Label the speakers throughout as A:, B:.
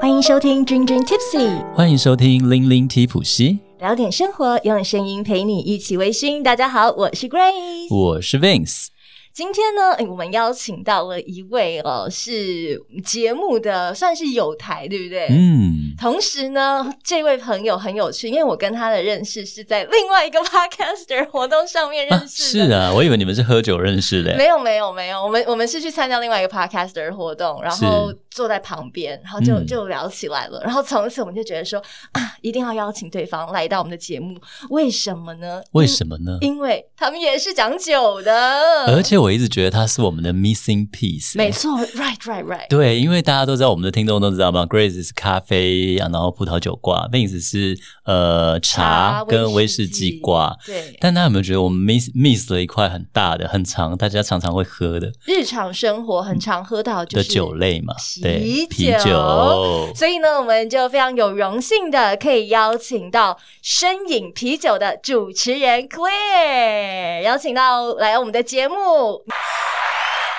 A: 欢迎收听《君君 Tipsy》，
B: 欢迎收听《零零提普西
A: 聊点生活，用声音陪你一起微醺。大家好，我是 Grace，》，
B: 我是 Vince。
A: 今天呢，哎我们邀请到了一位哦，是节目的算是友台，对不对？
B: 嗯，
A: 同时呢，这位朋友很有趣，因为我跟他的认识是在另外一个 podcaster 活动上面认
B: 啊，
A: 识的。
B: 是啊，我以为你们是喝酒认识的。
A: 没有没有没有，我们我们是去参加另外一个 podcaster 活动，然后坐在旁边，然后就
B: 嗯
A: 就聊起来了。然后从此我们就觉得说啊，一定要邀请对方来到我们的节目，为什么呢？
B: 为什么呢？
A: 因？因为他们也是讲酒的，
B: 而且我一直觉得它是我们的 missing piece。
A: 嗯
B: 欸
A: 没错，right right right，
B: 对，因为大家都知道，我们的听众都知道嘛，Grace 是咖啡，啊然后葡萄酒挂，Vince 是呃
A: 茶
B: 茶跟
A: 威
B: 威
A: 士
B: 士
A: 忌
B: 忌挂。
A: 对，
B: 但大家有没有觉得我们 miss miss 了一块很大的、很长，大家常常会喝的
A: 日常生活很常喝到就
B: 的
A: 是
B: 酒类嘛？对，
A: 啤
B: 啤
A: 酒
B: 酒。
A: 所以呢，我们就非常有荣幸的可以邀请到深饮啤酒的主持人 Claire，邀请到来我们的节目。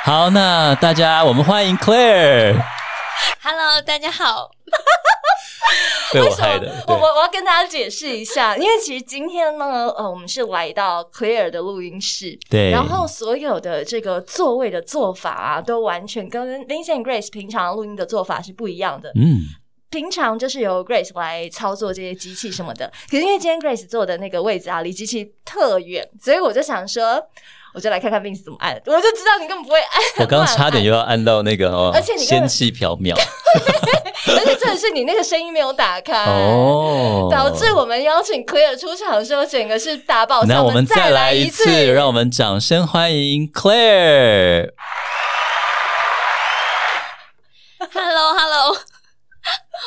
B: 好，那大家我们欢迎 Claire。
C: Hello，大家好。
B: 被我害的。
A: 我
B: 对，
A: 我我要跟大家解释一下， 因为其实今天呢，呃，我们是来到 Claire 的录音室，
B: 对
A: 然后所有的这个座位的做法啊，都完全跟 Vincent Grace 平常录音的做法是不一样的。
B: 嗯，
A: 平常就是由 Grace 来操作这些机器什么的，可是因为今天 Grace 坐的那个位置啊，离机器特远，所以我就想说，我就来看看 Vince 怎么按，我就知道你根本不会按，
B: 我刚刚差点又要按到那个哦，
A: 哎而且你根
B: 仙
A: 本
B: 气缥缈
A: 而且真的是你那个声音没有打开。
B: 哦，
A: 哎导致。我们邀请 Claire 出场的时候，整个是大爆笑。
B: 那我们
A: 再
B: 再来一
A: 一
B: 次，让我们掌声欢迎 Claire。
C: Hello，Hello，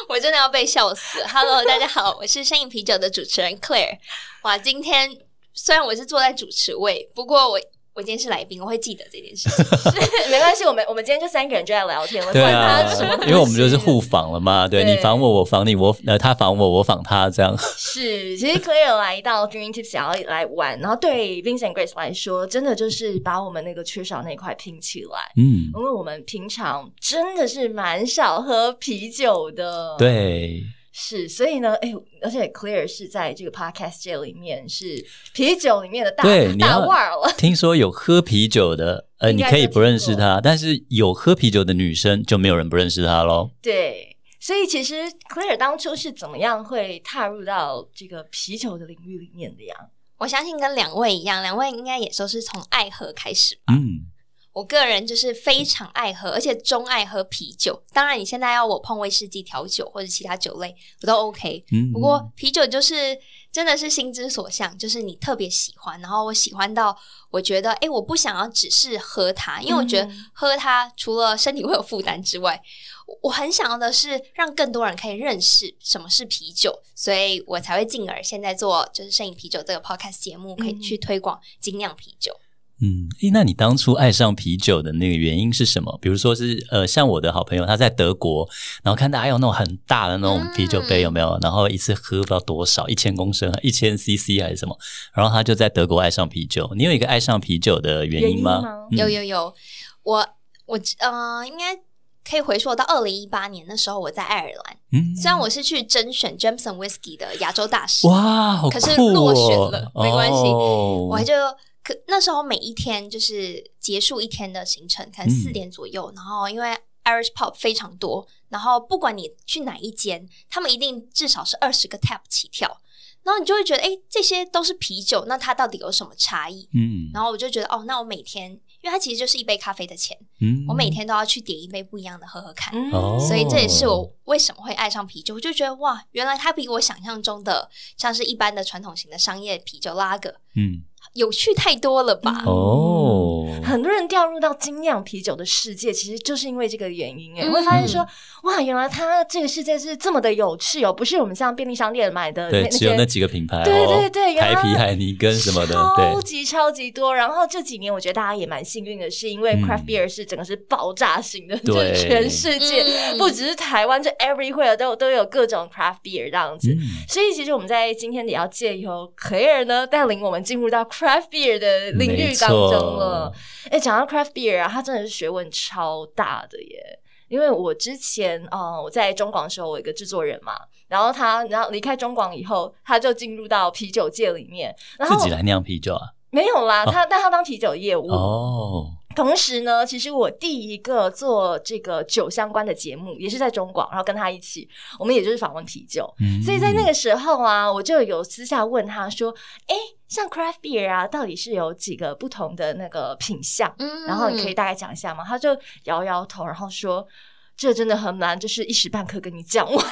C: 我真的要被笑死。Hello，大家好，我是生饮啤酒的主持人 Claire。哇，今天虽然我是坐在主持位，不过我我今天是来宾，我会记得这件事情。
A: 没关系，我们我们今天就三个人就在聊天了，
B: 对
A: 管
B: 啊
A: 他什么，东西
B: 因为我们就是互访了嘛， 对啊
A: 对
B: 你访我，我访你，我呃他访我，我访他，这样
A: 是，其实 Claire 来到 Dream Tips 想要来玩，然后对 Vincent Grace 来说，真的就是把我们那个缺少那一块拼起来。
B: 嗯，
A: 因为我们平常真的是蛮少喝啤酒的，，
B: 对，
A: 是，所以呢，哎、而且 Clear 是在这个 podcast 界里面是啤酒里面的大
B: 对你
A: 大
B: 要
A: 腕儿了，
B: 听说有喝啤酒的，呃，
A: 应
B: 你
A: 该
B: 可以
A: 都
B: 不认
A: 听
B: 识
A: 过
B: 他，但是有喝啤酒的女生就没有人不认识她喽。
A: 对，所以其实 Clear 当初是怎么样会踏入到这个啤酒的领域里面的呀？
C: 我相信跟两位一样，两位应该也都是从爱喝开始。
B: 嗯，
C: 我个人就是非常爱喝，而且钟爱喝啤酒。当然，你现在要我碰威士忌、调酒或者其他酒类，我都 OK。
B: 嗯
C: 不过啤酒就是真的是心之所向，就是你特别喜欢，然后我喜欢到我觉得，哎，我不想要只是喝它，因为我觉得
A: 嗯
C: 喝它除了身体会有负担之外，我我很想要的是让更多人可以认识什么是啤酒，所以我才会进而现在做就是摄影啤酒这个 podcast 节目，可以去推广精酿啤酒。
B: 嗯，诶，那你当初爱上啤酒的那个原因是什么？比如说是呃，像我的好朋友，他在德国，然后看大家有那种很大的那种啤酒杯，
C: 嗯
B: 有没有？然后一次喝不知道多少，一千公升、一千 CC 还是什么？然后他就在德国爱上啤酒。你有一个爱上啤酒的原因吗？
A: 原因吗
B: 嗯
C: 有有有，我我嗯、呃，应该可以回溯到二零一八年的时候，我在爱尔兰。
B: 嗯
C: 虽然我是去甄选 Jameson Whisky 的亚洲大使，
B: 哇，好酷
C: 可
B: 哦！
C: 是落选了没关系
B: 哦
C: 我还就可那时候每一天就是结束一天的行程，可能
B: 嗯
C: 四点左右，然后因为 Irish pub 非常多，然后不管你去哪一间，他们一定至少是二十个 tap 起跳，然后你就会觉得，哎、这些都是啤酒，那它到底有什么差异？
B: 嗯，
C: 然后我就觉得，哦，那我每天，因为它其实就是一杯咖啡的钱，
B: 嗯
C: 我每天都要去点一杯不一样的喝喝看。
A: 嗯
B: 哦
C: 所以这也是我为什么会爱上啤酒，我就觉得哇，原来它比我想象中的像是一般的传统型的商业啤酒拉格
B: 嗯
C: 有趣太多了吧？
B: 哦，
C: 嗯
A: 很多人掉入到精酿啤酒的世界，其实就是因为这个原因、哎、会发现
C: 嗯
A: 说，哇，原来它这个世界是这么的有趣哦，不是我们像便利商店买的那
B: 对，
A: 那
B: 只有那
A: 些。
B: 几个品牌哦，
A: 对对对原来
B: 台
C: 啊
B: 啤、海尼根什么的，对
A: 超，级超级多。然后这几年，我觉得大家也蛮幸运的，是因为
B: 嗯
A: craft beer 是整个是爆炸型的，就
B: 对
A: 是全世界、
C: 嗯
A: 不只是台湾，就 everywhere 都有都有各种 craft beer 这样子。
B: 嗯
A: 所以其实我们在今天也要借由 Claire 呢带领我们进入到 craft beer 的领域当中了。哎，讲到 craft beer 啊，它真的是学问超大的耶。因为我之前呃我在中广的时候，我有一个制作人嘛，然后他然后离开中广以后，他就进入到啤酒界里面，然后
B: 自己来酿啤酒啊？
A: 没有啦，他但他当啤酒业务。
B: 哦，
A: 同时呢，其实我第一个做这个酒相关的节目也是在中广，然后跟他一起，我们也就是访问啤酒。
B: 嗯
A: 所以在那个时候啊，我就有私下问他说：“哎，像 craft beer 啊，到底是有几个不同的那个品相？
C: 嗯
A: 然后你可以大概讲一下吗？”他就摇摇头，然后说。这真的很难，就是一时半刻跟你讲完。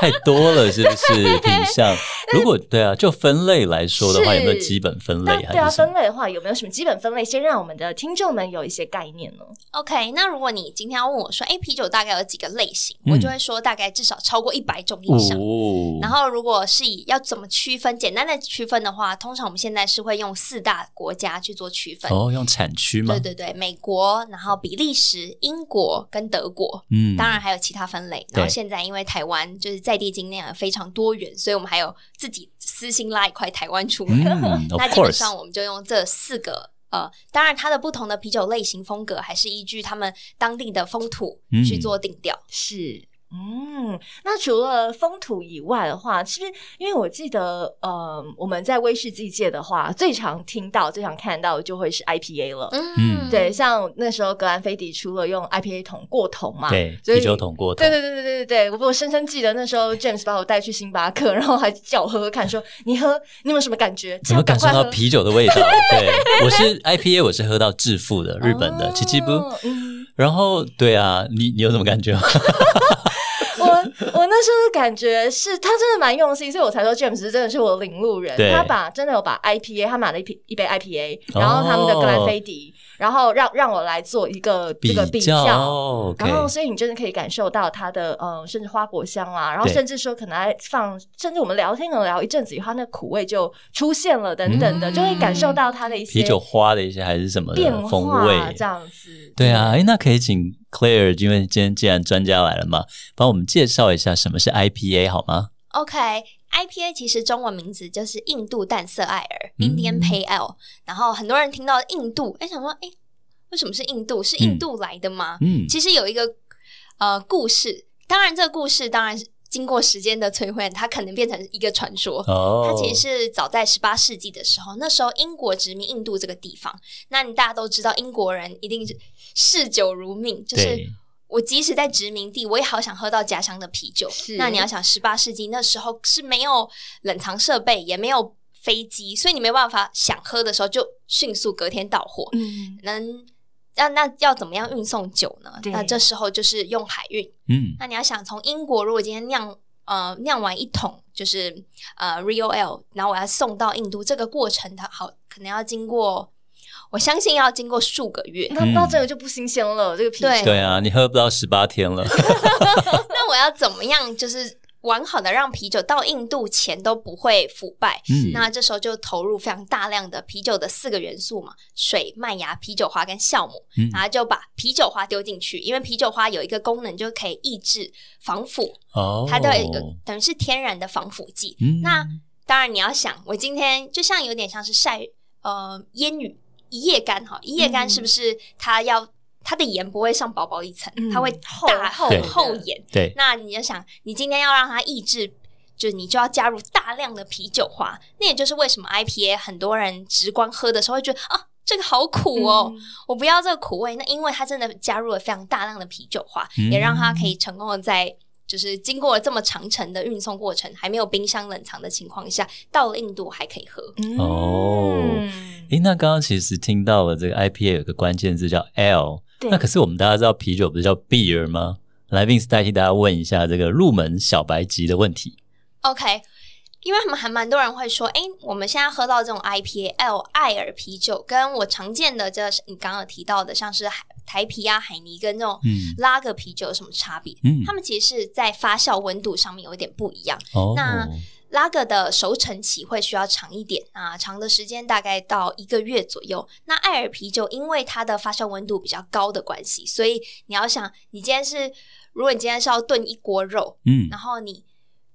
B: 太多了，是不 是？品相，如果对啊，就分类来说的话，
A: 是
B: 有没有基本分
A: 那
B: 类
A: 对啊，
B: 还是什
A: 分
B: 么？
A: 类的话，有没有什么基本分类？先让我们的听众们有一些概念呢？
C: OK，那如果你今天要问我说，哎，啤酒大概有几个类型，
B: 嗯
C: 我就会说大概至少超过一百种以上。
B: 哦，
C: 然后，如果是以要怎么区分，简单的区分的话，通常我们现在是会用四大国家去做区分。
B: 哦，用产区吗？
C: 对对对，美国，然后比利时、英国跟德国，
B: 嗯，
C: 当然还有其他分类。然
B: 对
C: 后现在因为台湾就是在地经验非常多元，所以我们还有自己私心拉一块台湾出来。
B: 嗯，of
C: 那基本
B: course，
C: 上我们就用这四个。呃，当然，它的不同的啤酒类型风格还是依据他们当地的风土
B: 嗯
C: 去做定调。
A: 是，嗯，那除了风土以外的话，其实因为我记得，呃，我们在威士忌界的话，最常听到、最常看到的就会是 IPA 了。
B: 嗯
A: 对，像那时候格兰菲迪出了用 IPA 桶过桶嘛，
B: 对，
A: 啊所以
B: 啤酒桶过桶
A: 对，对对对对对，我我深深记得那时候 James 把我带去星巴克，然后还叫我喝喝看，说你喝你有没有什么感觉？
B: 有没有感受
A: 这样赶快
B: 到
A: 喝
B: 啤酒的 味道？对，我是 IPA，我是喝到致富的日本的
A: 哦
B: 奇迹不？
A: 嗯
B: 然后对啊，你你有什么感觉吗？
A: 我我那时候的感觉是他真的蛮用心，所以我才说 James 真的是我的领路人
B: 对。
A: 他把真的有把 IPA，他买了一瓶一杯 IPA，然后他们的格兰菲迪，然后让让我来做一个这个比
B: 较
A: 较。
B: ，OK，
A: 然后，所以你真的可以感受到它的，呃，甚至花果香啦，然后
B: 对
A: 甚至说可能还放，甚至我们聊天可能聊一阵子以后，它那苦味就出现了，等等的，
B: 嗯
A: 就会感受到它的一些
B: 啤酒花的一些还是什么
A: 变
B: 的风
A: 化
B: 味，
A: 这样子。
B: 对啊，哎，那可以请 Claire，因为今天既然专家来了嘛，帮我们介绍一下什么是 IPA 好吗？
C: OK，IPA 其实中文名字就是印度淡色艾尔
B: 嗯
C: （Indian Pale Ale）。然后很多人听到印度，哎，想说，哎，为什么是印度？是印度来的吗？
B: 嗯，
C: 其实有一个呃故事，当然这个故事当然是经过时间的摧毁，它可能变成一个传说。
B: 哦，
C: 它其实是早在十八世纪的时候，那时候英国殖民印度这个地方。那你大家都知道，英国人一定是嗜酒如命，就是
B: 对
C: 我即使在殖民地，我也好想喝到家乡的啤酒
A: 是。
C: 那你要想，十八世纪那时候是没有冷藏设备，也没有飞机，所以你没办法想喝的时候就迅速隔天到货。
A: 嗯，
C: 能那那要怎么样运送酒呢？
A: 对
C: 那这时候就是用海运。
B: 嗯
C: 那你要想从英国，如果今天酿呃酿完一桶就是呃 Rio L，然后我要送到印度，这个过程它好可能要经过，我相信要经过数个月。
A: 那那这个就不新鲜了，这个啤酒。
C: 对
B: 嗯对啊，你喝不到十八 天了，
C: 那我要怎么样就是完好的让啤酒到印度前都不会腐败？
B: 嗯
C: 那这时候就投入非常大量的啤酒的四个元素嘛，水、麦芽、啤酒花跟酵母，
B: 嗯
C: 然后就把啤酒花丢进去，因为啤酒花有一个功能，就可以抑制防腐，
B: 哦，
C: 它都有一个、等于是天然的防腐剂。
B: 嗯
C: 那当然你要想，我今天就像有点像是晒呃烟雨一夜干哈，一夜干
A: 嗯
C: 是不是它要、它的盐不会上薄薄一层，
A: 嗯
C: 它会
A: 厚
C: 大
A: 厚
B: 的
C: 厚盐。
B: 对，
C: 那你就想，你今天要让它抑制，就你就要加入大量的啤酒花。那也就是为什么 IPA 很多人直观喝的时候会觉得啊，这个好苦哦，
A: 嗯
C: 我不要这个苦味。那因为它真的加入了非常大量的啤酒花，
B: 嗯
C: 也让它可以成功的在。就是经过了这么长程的运送过程，还没有冰箱冷藏的情况下，到了印度还可以喝。
B: 哦
A: 嗯
B: 诶，那刚刚其实听到了这个 IPA 有个关键字叫 L，
A: 对
B: 那可是我们大家知道啤酒不是叫 beer 吗？来，Vince 代替大家问一下这个入门小白级的问题。
C: OK，因为我们还蛮多人会说，哎，我们现在喝到这种 IPA、L 艾尔啤酒，跟我常见的这你刚刚有提到的，像是海台啤啊、海泥跟这种
B: 嗯
C: 拉格啤酒有什么差别？
B: 嗯
C: 它，们其实是在发酵温度上面有一点不一样。
B: 哦，
C: 那拉格的熟成期会需要长一点啊，长的时间大概到一个月左右。那艾尔啤酒因为它的发酵温度比较高的关系，所以你要想，你今天是如果你今天是要炖一锅肉，
B: 嗯
C: 然后你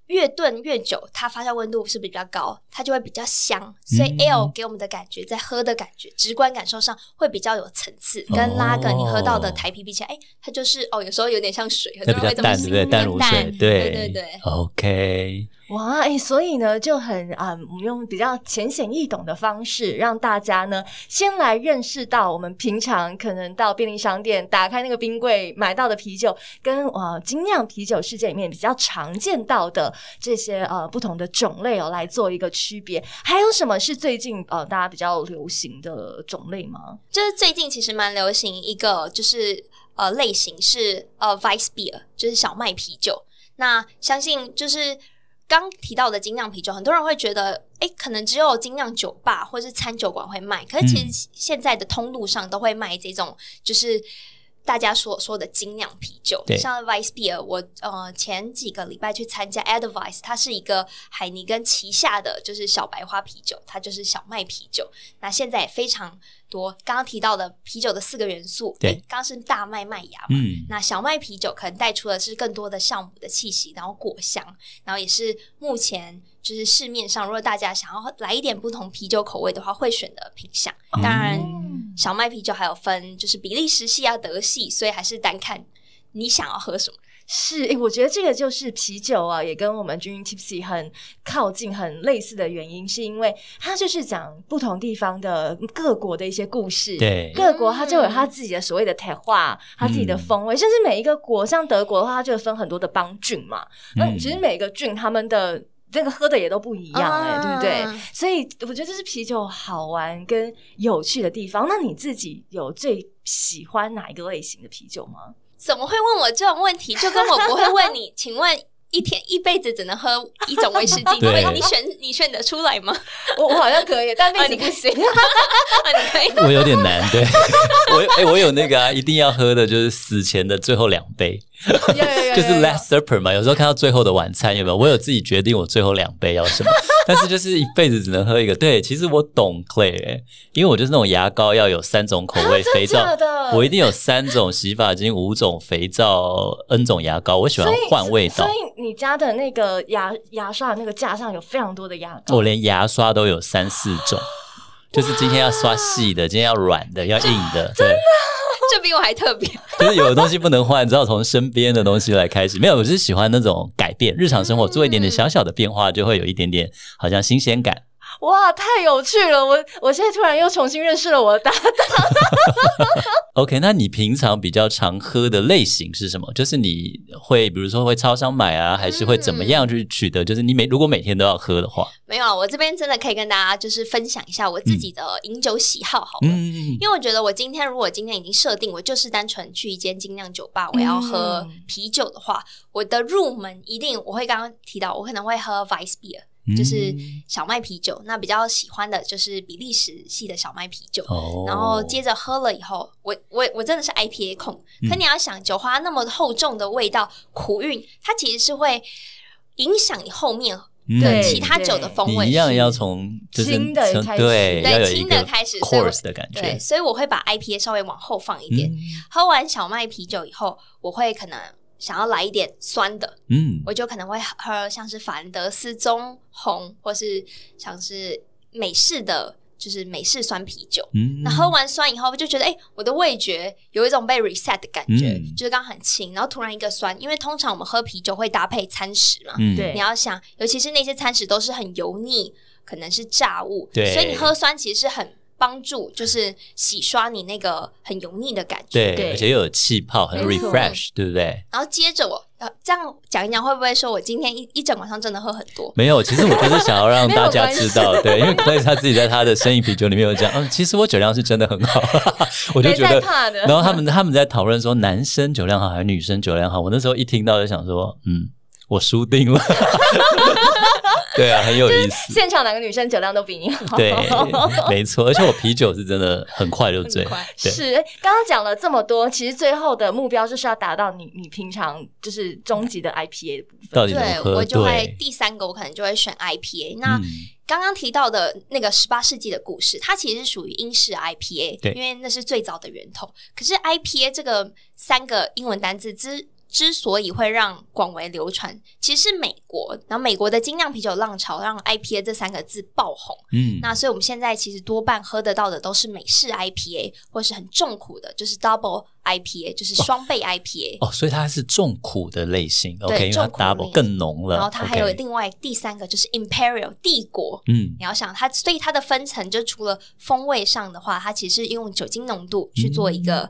C: 越炖越久，它发酵温度是不是比较高，它就会比较香。所以
B: 嗯
C: ale 给我们的感觉，在喝的感觉、直观感受上会比较有层次，
B: 哦
C: 跟拉格你喝到的台啤比起来，哎、它就是哦，有时候有点像水，很
B: 那
C: 多
B: 比
C: 人
B: 较
C: 会这么
B: 淡，对
C: 形
B: 不对？
C: 容。
B: 淡如水，
D: 淡
B: 对
C: 对对对
B: OK，
A: 哇，哎、所以呢，就很啊、我们用比较浅显易懂的方式，让大家呢先来认识到我们平常可能到便利商店打开那个冰柜买到的啤酒，跟呃精酿啤酒世界里面比较常见到的这些呃不同的种类哦，来做一个区别。还有什么是最近呃大家比较流行的呃种类吗？
C: 就是最近其实蛮流行一个，就是呃类型是呃 Vice Beer，就是小麦啤酒。那相信就是刚提到的精酿啤酒，很多人会觉得，哎，可能只有精酿酒吧或是餐酒馆会卖，可是其实现在的通路上都会卖这种，就是。大家所说的精酿啤酒
B: 对，
C: 像 Vice Beer，我呃前几个礼拜去参加 Advice，它是一个海尼根旗下的就是小白花啤酒，它就是小麦啤酒。那现在也非常多，刚刚提到的啤酒的四个元素，
B: 对
C: 诶刚刚是大麦麦芽嘛，
B: 嗯，
C: 那小麦啤酒可能带出的是更多的酵母的气息，然后果香，然后也是目前就是市面上，如果大家想要来一点不同啤酒口味的话，会选的品相。
B: 嗯
C: 当然，小麦啤酒还有分就是比利时系啊、德系，所以还是单看你想要喝什么。
A: 是，诶我觉得这个就是啤酒啊，也跟我们 Dream Tipsy 很靠近、很类似的原因，是因为它就是讲不同地方的各国的一些故事。。
B: 对，嗯
A: 各国它就有它自己的所谓的台话，它自己的风味，甚至每一个国，像德国的话，它就有分很多的邦郡嘛。那、呃
B: 嗯
A: 其实每个郡他们的那个喝的也都不一样、哎、
C: 啊
A: 对不对？
C: 对？
A: 所以我觉得这是啤酒好玩跟有趣的地方。那你自己有最喜欢哪一个类型的啤酒吗？
C: 怎么会问我这种问题？就跟我不会问你，请问。一天一辈子只能喝一种威士忌， 你
B: 对
C: 会你选你选得出来吗？
A: 我我好像可以，但
C: 啊
A: 你
C: 你
A: 不 行。
C: 啊，你可以
B: 我有点难，对 我哎、我有那个啊，一定要喝的就是死前的最后两杯，
A: 有有有有
B: 就是
A: 有
B: Last Supper 嘛。有时候看到最后的晚餐有没有？我有自己决定我最后两杯要什么， 但是就是一辈子只能喝一个。对，其实我懂 Clay，、欸、因为我就是那种牙膏要有三种口味，肥皂
A: 假啊的
B: 我一定有三种洗发精、五种肥皂、N 种牙膏，我喜欢换味道
A: 所。以你家的那个牙牙刷的那个架上有非常多的牙膏，
B: 我连牙刷都有三四种，就是今天要刷细的，今天要软的，要硬的，对。
C: 这比我还特别。
B: 就是有的东西不能换，只好从身边的东西来开始。没有，我是喜欢那种改变，日常生活做一点点小小的变化，就会有一点点好像新鲜感。
A: 哇，太有趣了！我我现在突然又重新认识了我的大
B: OK，那你平常比较常喝的类型是什么？就是你会比如说会超商买啊，还是会
C: 嗯
B: 怎么样去取得？就是你每如果每天都要喝的话，
C: 没有啊，我这边真的可以跟大家就是分享一下我自己的饮酒喜好，好了。
B: 嗯，
C: 因为我觉得，我今天如果今天已经设定，我就是单纯去一间精酿酒吧，我要喝
A: 嗯
C: 啤酒的话，我的入门一定我会刚刚提到，我可能会喝 Vice Beer，就是小麦啤酒。那比较喜欢的就是比利时系的小麦啤酒。
B: 哦，
C: 然后接着喝了以后，我我我真的是 IPA 控。
B: 嗯
C: 可你要想，酒花那么厚重的味道，苦韵，它其实是会影响你后面
A: 对
C: 的
B: 嗯
C: 其他酒的风味。
B: 你一样要从就是
A: 轻的
B: 从
A: 开始
B: 对
C: 对
B: 要有一
C: 轻
B: 个
C: 的开始所以我
B: course 的感
C: 对，
B: 觉，
C: 所以我会把 IPA 稍微往后放一点。
B: 嗯
C: 喝完小麦啤酒以后，我会可能想要来一点酸的，
B: 嗯
C: 我就可能会喝像是法兰德斯棕红，或是像是美式的，就是美式酸啤酒。
B: 嗯
C: 那喝完酸以后，就觉得哎、诶我的味觉有一种被 reset 的感觉，
B: 嗯
C: 就是刚刚很轻，然后突然一个酸，因为通常我们喝啤酒会搭配餐食嘛，
B: 嗯
A: 对
C: 你要想，尤其是那些餐食都是很油腻，可能是炸物，
B: 对
C: 所以你喝酸其实是很帮助，就是洗刷你那个很油腻的感觉。
B: 对，
A: 对
B: 而且又有气泡，很
A: 没错
B: refresh，对不对？
C: 然后接着我，呃，这样讲一讲，会不会说我今天一一整晚上真的喝很多？
B: 没有，其实我就是想要让
A: 没有
B: 大家
A: 关系
B: 知道，对，因为 Clay 他自己在他的生意啤酒里面有讲，嗯，其实我酒量是真的很好， 我就
A: 没
B: 觉
A: 在
B: 得。
A: 怕的。
B: 然后他们他们在讨论说男生酒量好还是女生酒量好，我那时候一听到就想说，嗯，我输定了。 对啊，很有意思。
A: 现场两个女生酒量都比你 好。
B: 对，没错，而且我啤酒是真的很快就醉
C: 很快，
B: 对，
A: 是，诶刚刚讲了这么多，其实最后的目标就是要达到你你平常就是终极的 IPA 的部分。
B: 到底怎么
C: 对，
B: 喝？
C: 我就会
B: 对，
C: 第三个，我可能就会选 IPA。那、
B: 嗯，
C: 刚刚提到的那个十八世纪的故事，它其实是属于英式 IPA，
B: 对
C: 因为那是最早的源头。可是 IPA 这个三个英文单字之之所以会让广为流传，其实是美国，然后美国的精酿啤酒浪潮让 IPA 这三个字爆红。
B: 嗯，
C: 那所以我们现在其实多半喝得到的都是美式 IPA，或是很重苦的，就是 Double IPA，就是双倍 IPA。
B: 哦，所以它是重苦的类型，OK，因为它
C: 重苦类
B: double 更浓了，
C: 然后它还有
B: OK
C: 另外第三个就是 Imperial 帝国。
B: 嗯
C: 你要想它，所以它的分层就除了风味上的话，它其实用酒精浓度去做一
B: 嗯
C: 个、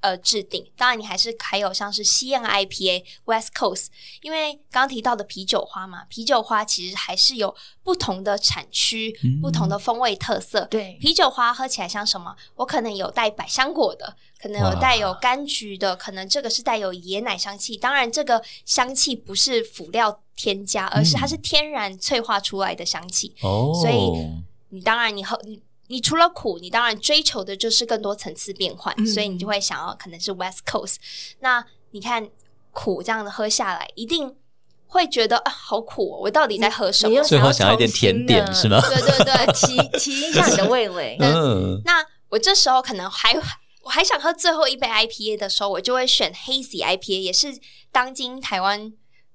C: 呃制定。当然，你还是还有像是西岸 IPA、West Coast，因为刚刚提到的啤酒花嘛，啤酒花其实还是有不同的产区、
B: 嗯
C: 不同的风味特色。
A: 对
C: 啤酒花喝起来像什么？我可能有带百香果的，可能有
B: 哇
C: 带有柑橘的，可能这个是带有椰奶香气。当然，这个香气不是辅料添加，而
B: 嗯
C: 是它是天然催化出来的香气。
B: 哦，
C: 所以你当然你喝你。你除了苦，你当然追求的就是更多层次变换，
A: 嗯
C: 所以你就会想要可能是 West Coast。那你看苦这样的喝下来，一定会觉得啊，好苦、哦！我到底在喝什
A: 你
C: 么
A: 又？
B: 最后想
A: 想要
B: 要一点甜点
A: 重新
B: 是吗？。
C: 对对对，
A: 提 提一下你的味蕾
B: 嗯，
C: 那我这时候可能还我还想喝最后一杯 IPA 的时候，我就会选 Hazy IPA，也是当今台湾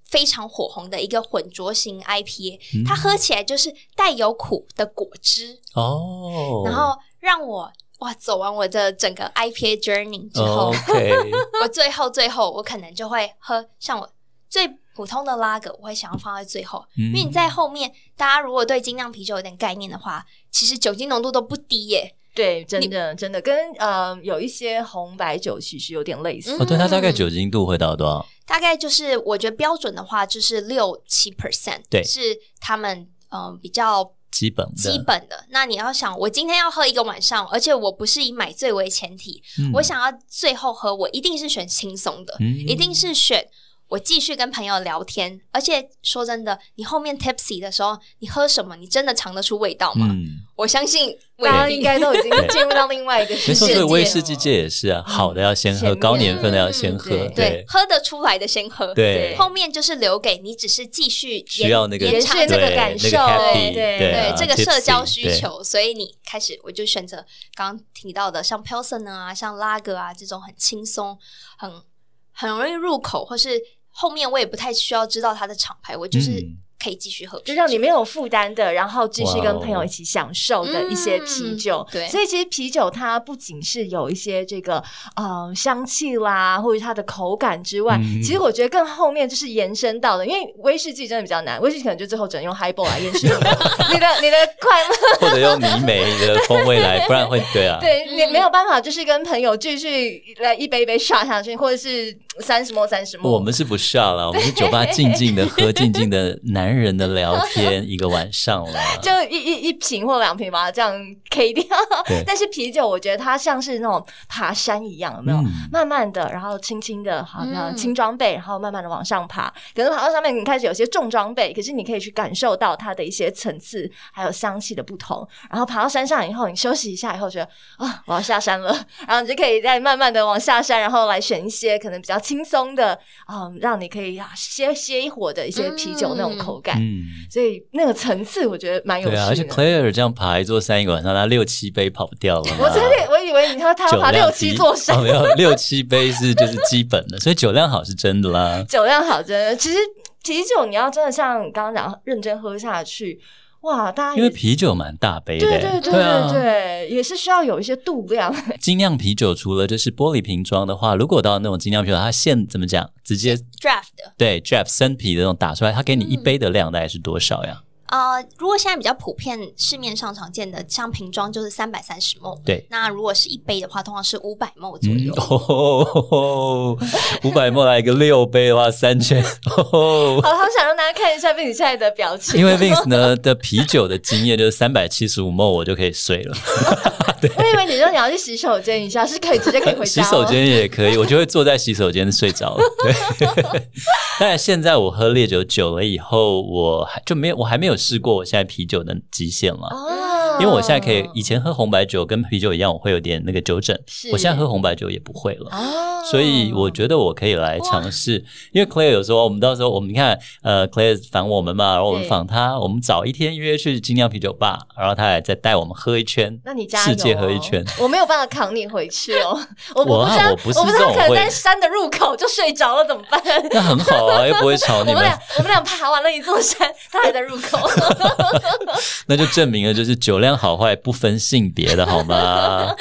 C: 非常火红的一个混浊型 IPA，、
B: 嗯
C: 它喝起来就是带有苦的果汁，
B: 哦，
C: 然后让我哇走完我的整个 IPA journey 之后，
B: OK，
C: 我最后最后我可能就会喝像我最普通的拉格，我会想要放在最后，
B: 嗯
C: 因为你在后面，大家如果对精酿啤酒有点概念的话，其实酒精浓度都不低耶、
A: 对，真的真的跟呃有一些红白酒其实有点类似。
B: 哦，对，它大概
C: 嗯
B: 酒精度会到多少？
C: 大概就是我觉得标准的话，就是六七 percent，
B: 对
C: 是他们嗯、呃比较
B: 基本的，
C: 基本的。那你要想，我今天要喝一个晚上，而且我不是以买醉为前提，
B: 嗯
C: 我想要最后喝，我一定是选轻松的，
B: 嗯
C: 一定是选。我继续跟朋友聊天，而且说真的，你后面 tipsy 的时候，你喝什么，你真的尝得出味道吗？
B: 嗯，
C: 我相信未
A: 大家
C: 必
A: 应该都已经
B: 对
A: 进入到另外一个
B: 没
A: 世
B: 错，
A: 界
B: 所以
A: 了。
B: 威士忌界也是
C: 嗯
B: 啊，好的要先
A: 前
B: 喝，
A: 面
B: 高年份的要先喝，
A: 嗯
C: 对，喝得出来的先喝，
B: 对
C: 后面就是留给你，只是继续延
B: 需要那个
C: 延长
A: 延续
C: 这
A: 那
C: 个
A: 个
C: 感
A: 感
B: 对那
A: 受
B: 个 happy，
A: 对
B: 对
C: 对
B: 啊
C: 这个社交
B: tipsy，
C: 需
B: 对
C: 求，所以你开始我就选择刚刚提到的像 Pilsen 啊、像拉格啊这种很轻松、很很容易入口，或是后面我也不太需要知道它的厂牌，我就是
B: 嗯
C: 可以继续喝，
A: 就让你没有负担的，然后继续
B: 哇
A: 跟
B: 哦
A: 朋友一起享受的一些啤酒。
C: 嗯对
A: 所以其实啤酒它不仅是有一些这个呃香气啦，或者它的口感之外，
B: 嗯
A: 其实我觉得更后面就是延伸到的，因为威士忌真的比较难，威士忌可能就最后只能用 highball 来掩饰你的 你的你的快乐，
B: 或者用泥煤的风味 来，不然会对啊，
A: 对
C: 嗯
A: 你没有办法就是跟朋友继续来一杯一杯刷下去，或者是三十摸三十摸。
B: 我们是不下了，我们是酒吧静静的喝，静静的男人的聊天一个晚上嗯了。
A: 就一一一瓶或两瓶把它这样 K 掉
B: 对。
A: 但是啤酒，我觉得它像是那种爬山一样，有没有？
B: 嗯
A: 慢慢的，然后轻轻的，好，
C: 嗯
A: 那轻装备，然后慢慢的往上爬。可是爬到上面，你开始有些重装备，可是你可以去感受到它的一些层次，还有香气的不同。然后爬到山上以后，你休息一下以后，觉得啊、我要下山了，然后你就可以再慢慢的往下山，然后来选一些可能比较轻松的，嗯，让你可以啊歇歇一会儿的一些啤酒那种口感。
B: 嗯，
A: 所以那个层次我觉得蛮有趣
B: 对
A: 的。
B: 啊，而且 Claire 这样爬一座山一个晚上，他六七杯跑不掉了嘛。
A: 我真的我以为你要他要
B: 啊酒
A: 爬
B: 量
A: 六七座山
B: 哦，，没有六七杯是就是基本的，所以酒量好是 真的啦。
A: 酒量好真的。其实啤酒你要真的像刚刚讲认真喝下去，哇，大家也
B: 因为啤酒蛮大杯的，
A: 对对对
B: 啊
A: 对对，也是需要有一些度 量。
B: 精酿啤酒除了就是玻璃瓶装的话，如果到那种精酿啤酒，它现怎么讲，直接
C: draft 的。
B: 对 Jeff 生啤的那种打出来，它给你一
C: 嗯
B: 杯的量大概是多少呀？
C: 呃，如果现在比较普遍市面上常见的，像瓶装就是三百三十 ml，
B: 对，
C: 那如果是一杯的话，通常是五百 ml 左
B: 嗯
C: 右。
B: 哦，五百莫来一个六杯的话，三千哦。
A: 好，好想让大家看一下 Vinny 现在的表情，
B: 因为 Vince 呢的啤酒的经验就是三百七十五沫，我就可以睡了。
A: 我以为你说你要去洗手间一下，是可以直接可以回家
B: 洗
A: 了
B: 手间也可以，我就会坐在洗手间睡着了。对， 当然现在我喝烈酒久了以后，我还就没有我还没有试过我现在啤酒的极限了。
A: 哦。
B: 因为我现在可以，以前喝红白酒跟啤酒一样，我会有点那个酒疹
A: 是，
B: 我现在喝红白酒也不会了。
A: 哦，
B: 所以我觉得我可以来尝试，因为 Claire 有时候我们到时候我们你看，呃，Claire 烦我们嘛，然后我们
A: 对
B: 访他，我们早一天约去精酿啤酒吧，然后他也再带我们喝一圈，
A: 那你加油、哦，
B: 世界喝一圈。，
A: 我没有办法扛你回去 哦。我
B: 我
A: 不
B: 啊
A: 知道，
B: 我不是
A: 不
B: 这
A: 知道
B: 种
A: 可能
B: 会
A: 在山的入口就睡着了，怎么 办？
B: 那很好啊，又不会 吵
A: 我
B: 你
A: 们
B: 们，
A: 俩，我们俩爬完了一座山，他还在入口。
B: 那就证明了就是酒量好坏不分性别的好吗？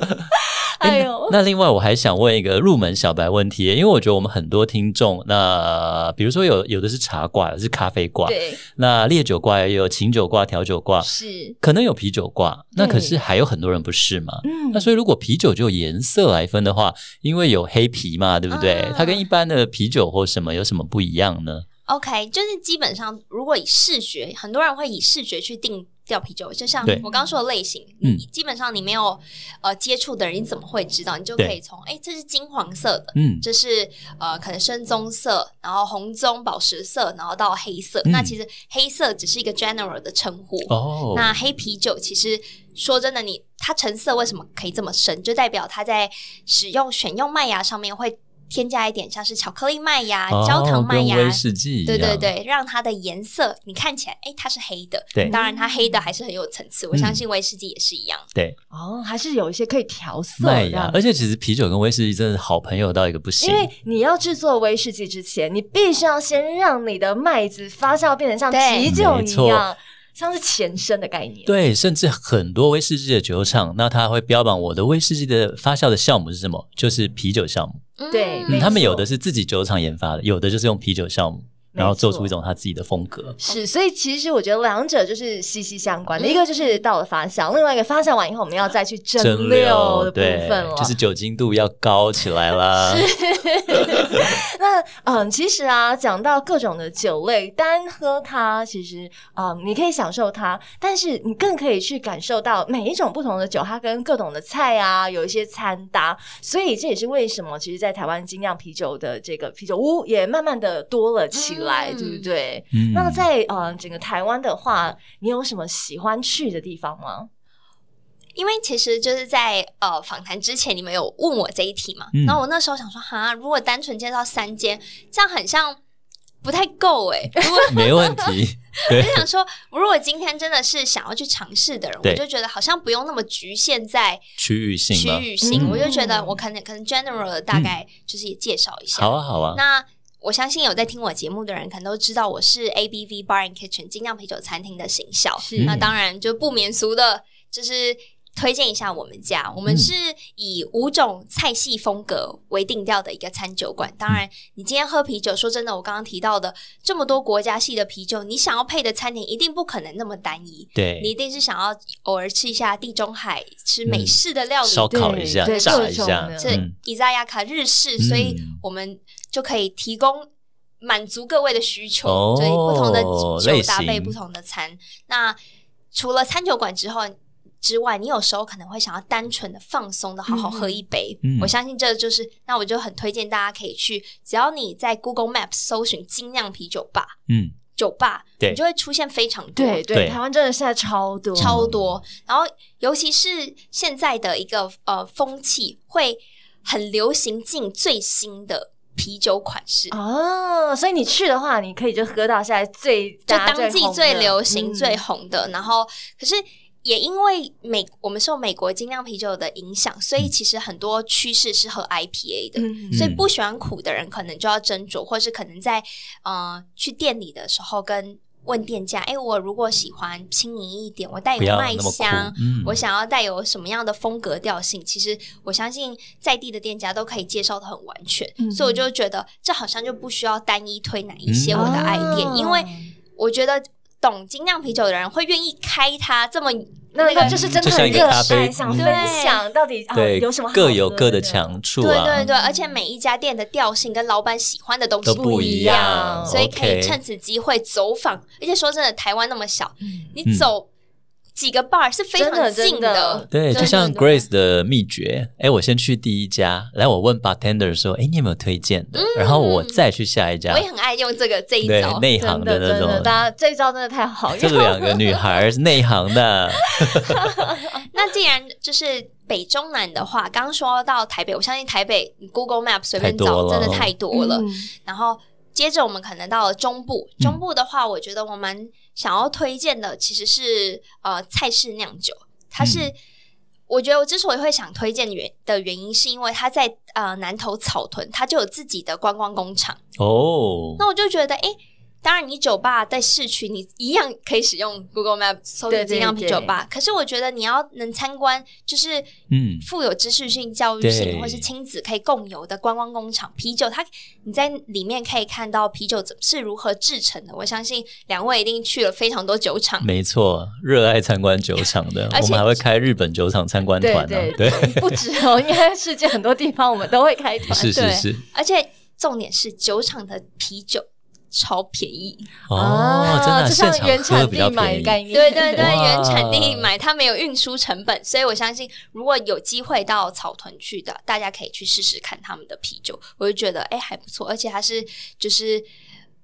A: 哎呦，
B: 那另外我还想问一个入门小白问题，因为我觉得我们很多听众，那比如说有有的是茶挂，有的是咖啡挂，
A: 对，
B: 那烈酒挂也有，琴酒挂、调酒挂，
A: 是，
B: 可能有啤酒挂，那
A: 对
B: 可是还有很多人不是嘛？
A: 嗯
B: 那所以如果啤酒就颜色来分的话，因为有黑啤嘛，对不对？
C: 啊
B: 它跟一般的啤酒或什么有什么不一样呢？
C: OK，就是基本上，如果以视觉，很多人会以视觉去定调啤酒，就像
B: 对
C: 我刚说的类型，
B: 嗯
C: 你基本上你没有呃接触的人，你怎么会知道？你就可
B: 对
C: 以从哎、诶这是金黄色的，
B: 嗯，
C: 这是呃可能深棕色，然后红棕宝石色，然后到黑色。
B: 嗯
C: 那其实黑色只是一个 general 的称呼。
B: 哦，
C: 那黑啤酒其实说真的你，它成色为什么可以这么深，就代表它在使用选用麦芽上面会添加一点像是巧克力麦芽、
B: 哦
C: 焦糖麦芽、
B: 跟威士忌一样，
C: 对对对，让它的颜色你看起来，哎，它是黑的。
B: 对
C: 当然它黑的还是很有层次，我
B: 嗯
C: 相信威士忌也是一样。
B: 对，
A: 哦，还是有一些可以调色
B: 麦
A: 的。
B: 芽，而且其实啤酒跟威士忌真的是好朋友到一个不行
A: 因。为你要制作威士忌之前，你必须要先让你的麦子发酵变成像
C: 对
A: 啤酒
B: 没
A: 一样
B: 错，
A: 像是前身的概念。
B: 对，甚至很多威士忌的酒厂，那它会标榜我的威士忌的发酵的酵母是什么，就是啤酒酵母。
A: 对
B: 嗯，
A: 没
B: 他们
A: 错
B: 有的是自己酒厂研发的，有的就是用啤酒酵母，
A: 没
B: 然后做
A: 错
B: 出一种他自己的风格。
A: 是，所以其实我觉得两者就是息息相关的，
C: 嗯
A: 一个就是到了发酵，另外一个发酵完以后，我们要再去蒸
B: 蒸
A: 馏的部
B: 对
A: 分了。
B: 就是酒精度要高起来 啦。
A: 那嗯，其实啊，讲到各种的酒类，单喝它其实嗯，你可以享受它，但是你更可以去感受到每一种不同的酒，它跟各种的菜啊有一些掺搭，所以这也是为什么，其实，在台湾精酿啤酒的这个啤酒屋也慢慢的多了起来，
C: 嗯
A: 对不对？
B: 嗯
A: 那在呃整个台湾的话，你有什么喜欢去的地方吗？
C: 因为其实就是在呃访谈之前，你们有问我这一题嘛？
B: 嗯
C: 然后我那时候想说，哈，如果单纯介绍三间，这样很像不太够哎、如果
B: 没问题，对
C: 我就想说，如果今天真的是想要去尝试的人，
B: 对
C: 我就觉得好像不用那么局限在
B: 区域性
C: 区
B: 吗？
C: 域性，
A: 嗯
C: 我就觉得我可能可能 general 的大概就是也介绍一下。
B: 好啊，好啊，
C: 那我相信有在听我节目的人，可能都知道我是 ABV Bar and Kitchen 精酿啤酒餐厅的行销。
A: 是
C: 那
B: 嗯
C: 当然就不免俗的，就是推荐一下我们家。我们
B: 嗯
C: 是以五种菜系风格为定调的一个餐酒馆。当
B: 嗯
C: 然，你今天喝啤酒，说真的，我刚刚提到的这么多国家系的啤酒，你想要配的餐点一定不可能那么单一。你一
B: 对，嗯
C: 定是想要偶尔吃一下地中海，吃美式的料理，
B: 烧烤一下
A: 对，
B: 炸
A: 各
B: 一
A: 种
B: 下
A: 的，
C: 这
B: 嗯，
C: 伊扎亚卡日式，
B: 嗯
C: 所以我们就可以提供满足各位的需求，
B: 哦
C: 所以不同的酒
B: 类
C: 搭配
B: 型
C: 不同的餐。那除了餐酒馆之后之外，你有时候可能会想要单纯的放松的好好喝一杯，
B: 嗯
C: 我相信这就是那我就很推荐大家可以去，只要你在 Google Maps 搜寻精酿啤酒吧，
B: 嗯，
C: 酒吧
B: 对
C: 你就会出现非常多
A: 对对，
B: 对
A: 台湾真的现在超多，
C: 超多。
A: 嗯
C: 然后，尤其是现在的一个呃风气，会很流行进最新的啤酒款式，
A: 哦，所以你去的话，你可以就喝到现在最
C: 就
A: 大家
C: 当季
A: 红
C: 最
A: 的
C: 流行、
A: 嗯
C: 最红的。然后，可是也因为美我们受美国精酿啤酒的影响，所以其实很多趋势是喝 IPA 的。
A: 嗯
C: 所以不喜欢苦的人，可能就要斟酌，或是可能在呃去店里的时候跟问店家，哎，我如果喜欢轻盈一点，我带
A: 哎
B: 不
C: 有
B: 要
C: 麦
B: 那么苦
C: 香，，
B: 嗯
C: 我想要带有什么样的风格调性，其实我相信在地的店家都可以介绍的很完全，
A: 嗯
C: 所以我就觉得这好像就不需要单一推哪一些
B: 嗯
C: 我的 idea，、
A: 哦
C: 因为我觉得懂精酿啤酒的人会愿意开它这么
A: 那
C: 个
A: 那就是真的
B: 就像
A: 很
B: 一个
A: 热
B: 咖啡
A: 爱，想
B: 嗯
A: 分享到底啊
B: 对
A: 有什么好
B: 各有
A: 喝
B: 各的强处
C: 对
B: 啊，
C: 对
A: 嗯
C: 对，而且每一家店的调性跟老板喜欢的东西
B: 都
A: 不
B: 不
A: 一
B: 一
A: 样
B: 样，
C: 所以可以
B: OK
C: 趁此机会走访。而且说真的，台湾那么小，
A: 嗯
C: 你走、几个 bar 是非
A: 真
C: 常
A: 的
C: 近
A: 真的
B: 对，
C: 真
B: 就像
A: 的
B: Grace 的秘诀，哎，我先去第一家，来我问 bartender 说，哎，你有没有推荐的？然后我再去下一家
C: 我，也很爱用这个这一
B: 啊对
C: 招，
B: 内行
A: 真的
B: 那
A: 真的，
B: 种。
A: 大家这一招真的太好
B: 这
A: 用了。
B: 两个女孩是内行的，
C: 那既然就是北中南的话，刚刚说到台北，我相信台北你 Google Map 随便
B: 太多
C: 找
B: 了
C: 真的太多了。
A: 嗯
C: 然后接着我们可能到了中部，
B: 嗯
C: 中部的话，我觉得我蛮想要推荐的其实是呃蔡氏酿酒，它
B: 嗯
C: 是、我觉得我之所以会想推荐原的原因，是因为它在呃南投草屯，它就有自己的观光工厂。
B: 哦，
C: 那我就觉得，诶，当然，你酒吧在市区，你一样可以使用 Google Map 搜
A: 对
C: 寻
A: 对
C: 精酿啤酒吧。可是我觉得你要能参观，就是
B: 嗯
C: 富有知识性、教育
B: 对
C: 性，或是亲子可以共游的观光工厂啤酒，它你在里面可以看到啤酒怎是如何制成的。我相信两位一定去了非常多酒厂，
B: 没错，热爱参观酒厂的，
C: 而且
B: 我们还会开日本酒厂参观团啊呢、
A: 对
B: 对，
A: 不止哦，应该世界很多地方我们都会开团。
B: 是
C: 对
B: 是是，
C: 而且重点是酒厂的啤酒超便宜。
B: 哦，真的啊、
A: 就
B: 现
A: 像
B: 场
A: 原
B: 喝
A: 产
B: 比较
A: 地买
B: 便
A: 的
B: 宜，
A: 概念，
C: 对对对，
B: 哇
C: 原产地买，它没有运输成本，所以我相信，如果有机会到草屯去的，大家可以去试试看他们的啤酒，我就觉得哎、还不错，而且它是就是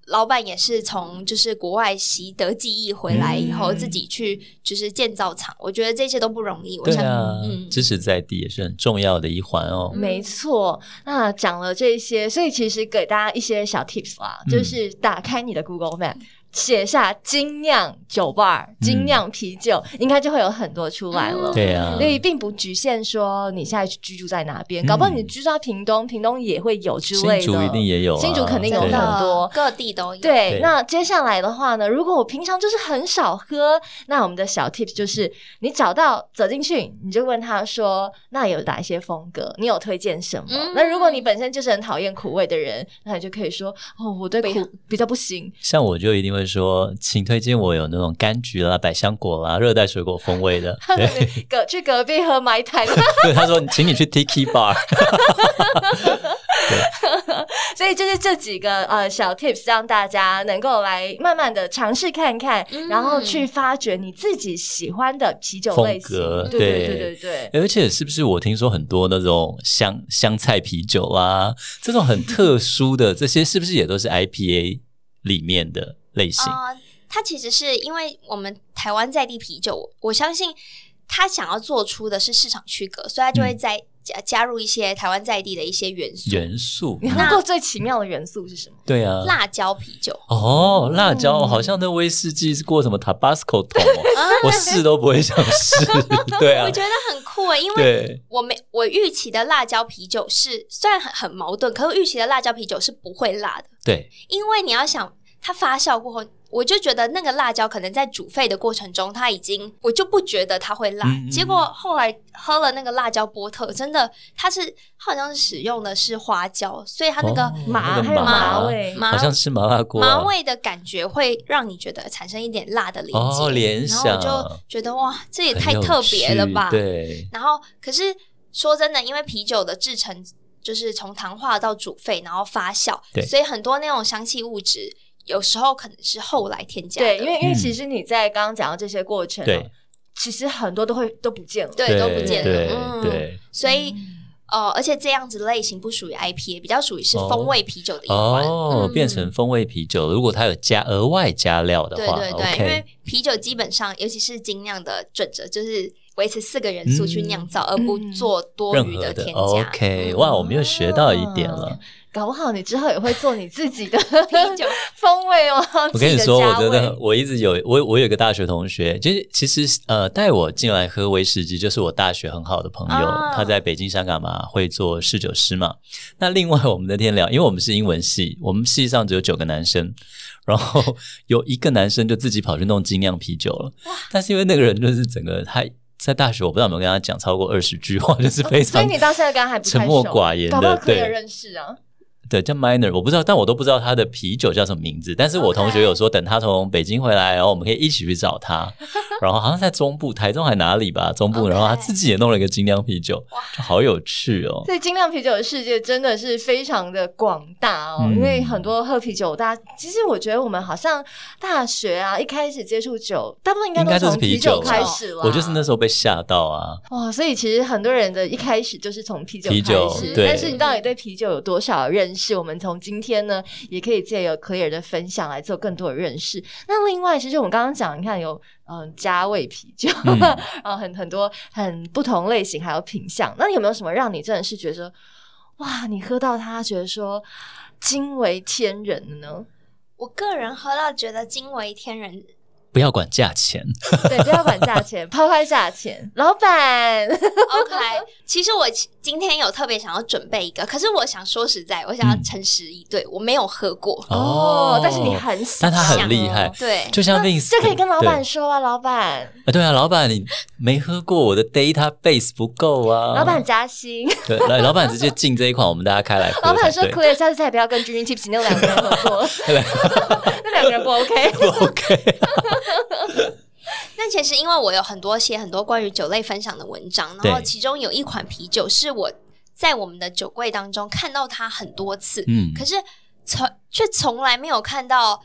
C: 老板也是从就是国外习得技艺回来以后，
A: 嗯
C: 自己去就是建造厂，我觉得这些都不容易。我
B: 对
C: 想，
B: 啊，
C: 嗯，
B: 支持在地也是很重要的一环哦。
A: 没错，那讲了这些，所以其实给大家一些小 tips 啦，
B: 嗯
A: 就是打开你的 Google Map，写下精酿酒吧、精酿啤酒，应该就会有很多出来了。
C: 嗯
B: 嗯对啊
A: 所，以并不局限说你现在居住在哪边，
B: 嗯
A: 搞不好你居住到屏东，屏东也会有之
B: 新
A: 类的。
B: 竹一定也有、啊，
A: 新竹肯定有
B: 对
C: 真
B: 啊
A: 很多
C: 的各地都有。
A: 对，
B: 对
A: 那接下来的话呢，如果我平常就是很少喝，那我们的小 tips
C: 嗯
A: 就是，你找到走进去，你就问他说，那有哪一些风格？你有推荐什么？
C: 嗯
A: 那如果你本身就是很讨厌苦味的人，那你就可以说，哦，我对
C: 不要
A: 苦比较不 行。
B: 像我就一定会说，请推荐我有那种柑橘啦、百香果啦、热带水果风味的。对，
A: 隔去隔壁喝埋台，
B: 对他说，请你去 Tiki Bar。
A: 所以就是这几个呃小 tips，让大家能够来慢慢的尝试看看，
C: 嗯
A: 然后去发掘你自己喜欢的啤酒
B: 风
A: 类型
B: 格。
A: 对对
B: 对
A: 对对对。
B: 而且是不是我听说很多那种香香菜啤酒啦，这种很特殊的，这些是不是也都是 IPA 里面的类型？
C: 呃，它其实是因为我们台湾在地啤酒，我相信他想要做出的是市场区隔，所以他就会在加、加入一些台湾在地的一些元素，
B: 嗯元素？
A: 你喝过最奇妙的元素是什么？
B: 对啊，
C: 辣椒啤酒。
B: 哦，辣椒、
A: 嗯
B: 好像那威士忌是过什么 Tabasco 桶、哦，我试都不会想 试。对啊
C: 我，觉得很酷欸诶，因为
B: 对，
C: 我没我预期的辣椒啤酒是虽然很很矛盾，可我预期的辣椒啤酒是不会辣的，
B: 对，
C: 因为你要想它发酵过后，我就觉得那个辣椒可能在煮沸的过程中，它已经我就不觉得它会辣。
B: 嗯嗯嗯
C: 结果后来喝了那个辣椒波特，真的它是它好像是使用的是花椒，所以它那个
B: 哦
A: 麻还
B: 那个
A: 有麻
B: 麻
A: 味
C: 麻
B: 好像吃麻辣锅、啊，
C: 麻味的感觉会让你觉得产生一点辣的连接，
B: 哦联想
C: 然后我就觉得哇，这也
B: 很
C: 太
B: 有
C: 特别了吧？
B: 趣对，
C: 然后，可是说真的，因为啤酒的制成就是从糖化到煮沸，然后发酵
B: 对，
C: 所以很多那种香气物质，有时候可能是后来添加的，
A: 对，因为因为
B: 嗯
A: 其实你在刚刚讲到这些过程、哦
B: 对，
A: 其实很多都会都不见了。
C: 对
B: 对
C: 都不见了
B: 对
C: 嗯
B: 对
C: 所以
B: 嗯
C: 呃，而且这样子类型不属于 IPA，比较属于是风味啤酒的一环。
B: 哦，
C: 嗯
B: 变成风味啤酒。如果它有加额外加料的
C: 对
B: 话
C: 对对
B: o
C: 因为
B: k
C: 啤酒基本上，尤其是精酿的准则就是维持四个元素去酿造，而不
A: 嗯
C: 做多
B: 嗯任
C: 余
B: 何的
C: 添加。
B: OK，、
C: 嗯
B: 哇，我们又学到一点了。
A: 搞不好你之后也会做你自己的
C: 啤酒
A: 风味哦。
B: 我跟你说，我
A: 觉
B: 真的
A: 得，
B: 我一直有我我有个大学同学，就是其实呃带我进来喝威士忌，就是我大学很好的朋友，
C: 啊
B: 他在北京、香港嘛，会做侍酒师嘛。那另外我们那天聊，因为我们是英文系，我们系上只有九个男生，然后有一个男生就自己跑去弄精酿啤酒了，但是因为那个人就是整个他。在大学，我不知道有没有跟他讲超过二十句话，就是非
A: 哦所
B: 常
A: 以你到现在刚刚还不太熟
B: 沉默寡言的
A: 搞不好可以
B: 对
A: 认识啊。
B: 对，叫 Minor，我不知道，但我都不知道他的啤酒叫什么名字。但是我同学有说，等他从北京回来，然后我们可以一起去找他。 然后好像在中部，台中还哪里吧，中部。
C: OK
B: 然后他自己也弄了一个精酿啤酒，就好有趣哦。
A: 所以精酿啤酒的世界真的是非常的广大哦，
B: 嗯
A: 因为很多喝啤酒，大家其实我觉得我们好像大学啊一开始接触酒，大部分应该
B: 应该
A: 都
B: 就是
A: 从
B: 啤
A: 酒
B: 酒
A: 开始啦。
B: 我就是那时候被吓到啊，
A: 哇，所以其实很多人的一开始就是从啤酒
B: 啤酒
A: 开始，
B: 对
A: 但是你到底对啤酒有多少认识？我们从今天呢，也可以借由 Clear 的分享来做更多的认识。那另外，其实我们刚刚讲，你看有嗯加味啤酒，
B: 嗯
A: 啊、很很多很不同类型还有品相。那有没有什么让你真的是觉得说，哇，你喝到它觉得说惊为天人的呢？
C: 我个人喝到觉得惊为天人，
B: 不要管价钱。
A: 对，不要管价钱，抛开价钱，老板，
C: OK，其实我其今天有特别想要准备一个，可是我想说实在，我想要
B: 嗯
C: 诚实以对，我没有喝过。
A: 哦，但是你很喜
B: 但他
A: 欢
B: 很厉害
A: 哦，
C: 对，
B: 就像 Vince，
A: 这可以跟老
B: 对
A: 板说啊，老板，
B: 啊，对啊，老板你没喝过，我的 database 不够啊。
A: 老板加薪。
B: 对，来，老板直接进这一款，我们大家开来喝才
A: 老
B: 对。
A: 板说：“Clear，下次再也不要跟 Dream Tips 那两个人合作， 那两个人不 OK。
B: 不 OK，
C: 那其实因为我有很多写很多关于酒类分享的文章，然后
B: 对
C: 其中有一款啤酒是我在我们的酒柜当中看到它很多次，
B: 嗯，
C: 可是从却从来没有看到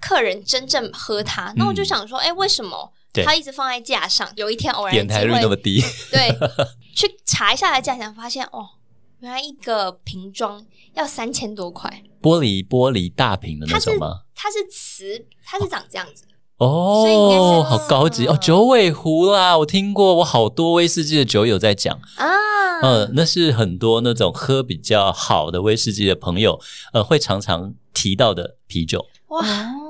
C: 客人真正喝它。那我就
B: 嗯
C: 想说，哎、为什么
B: 对
C: 它一直放在架上？有一天偶然
B: 点
C: 机
B: 台率那么
C: 会，
B: 低，
C: 对，去查一下它的价钱，发现哦，原来一个瓶装要三千多块，
B: 玻璃玻璃大瓶的那种吗？
C: 它是瓷，它是长这样子。所以应该
B: 哦，
C: 是嗯
B: 好高级哦，九尾狐啦，我听过，我好多威士忌的酒友在讲，
C: 啊，
B: 呃，那是很多那种喝比较好的威士忌的朋友，呃，会常常提到的啤酒，
C: 哇，”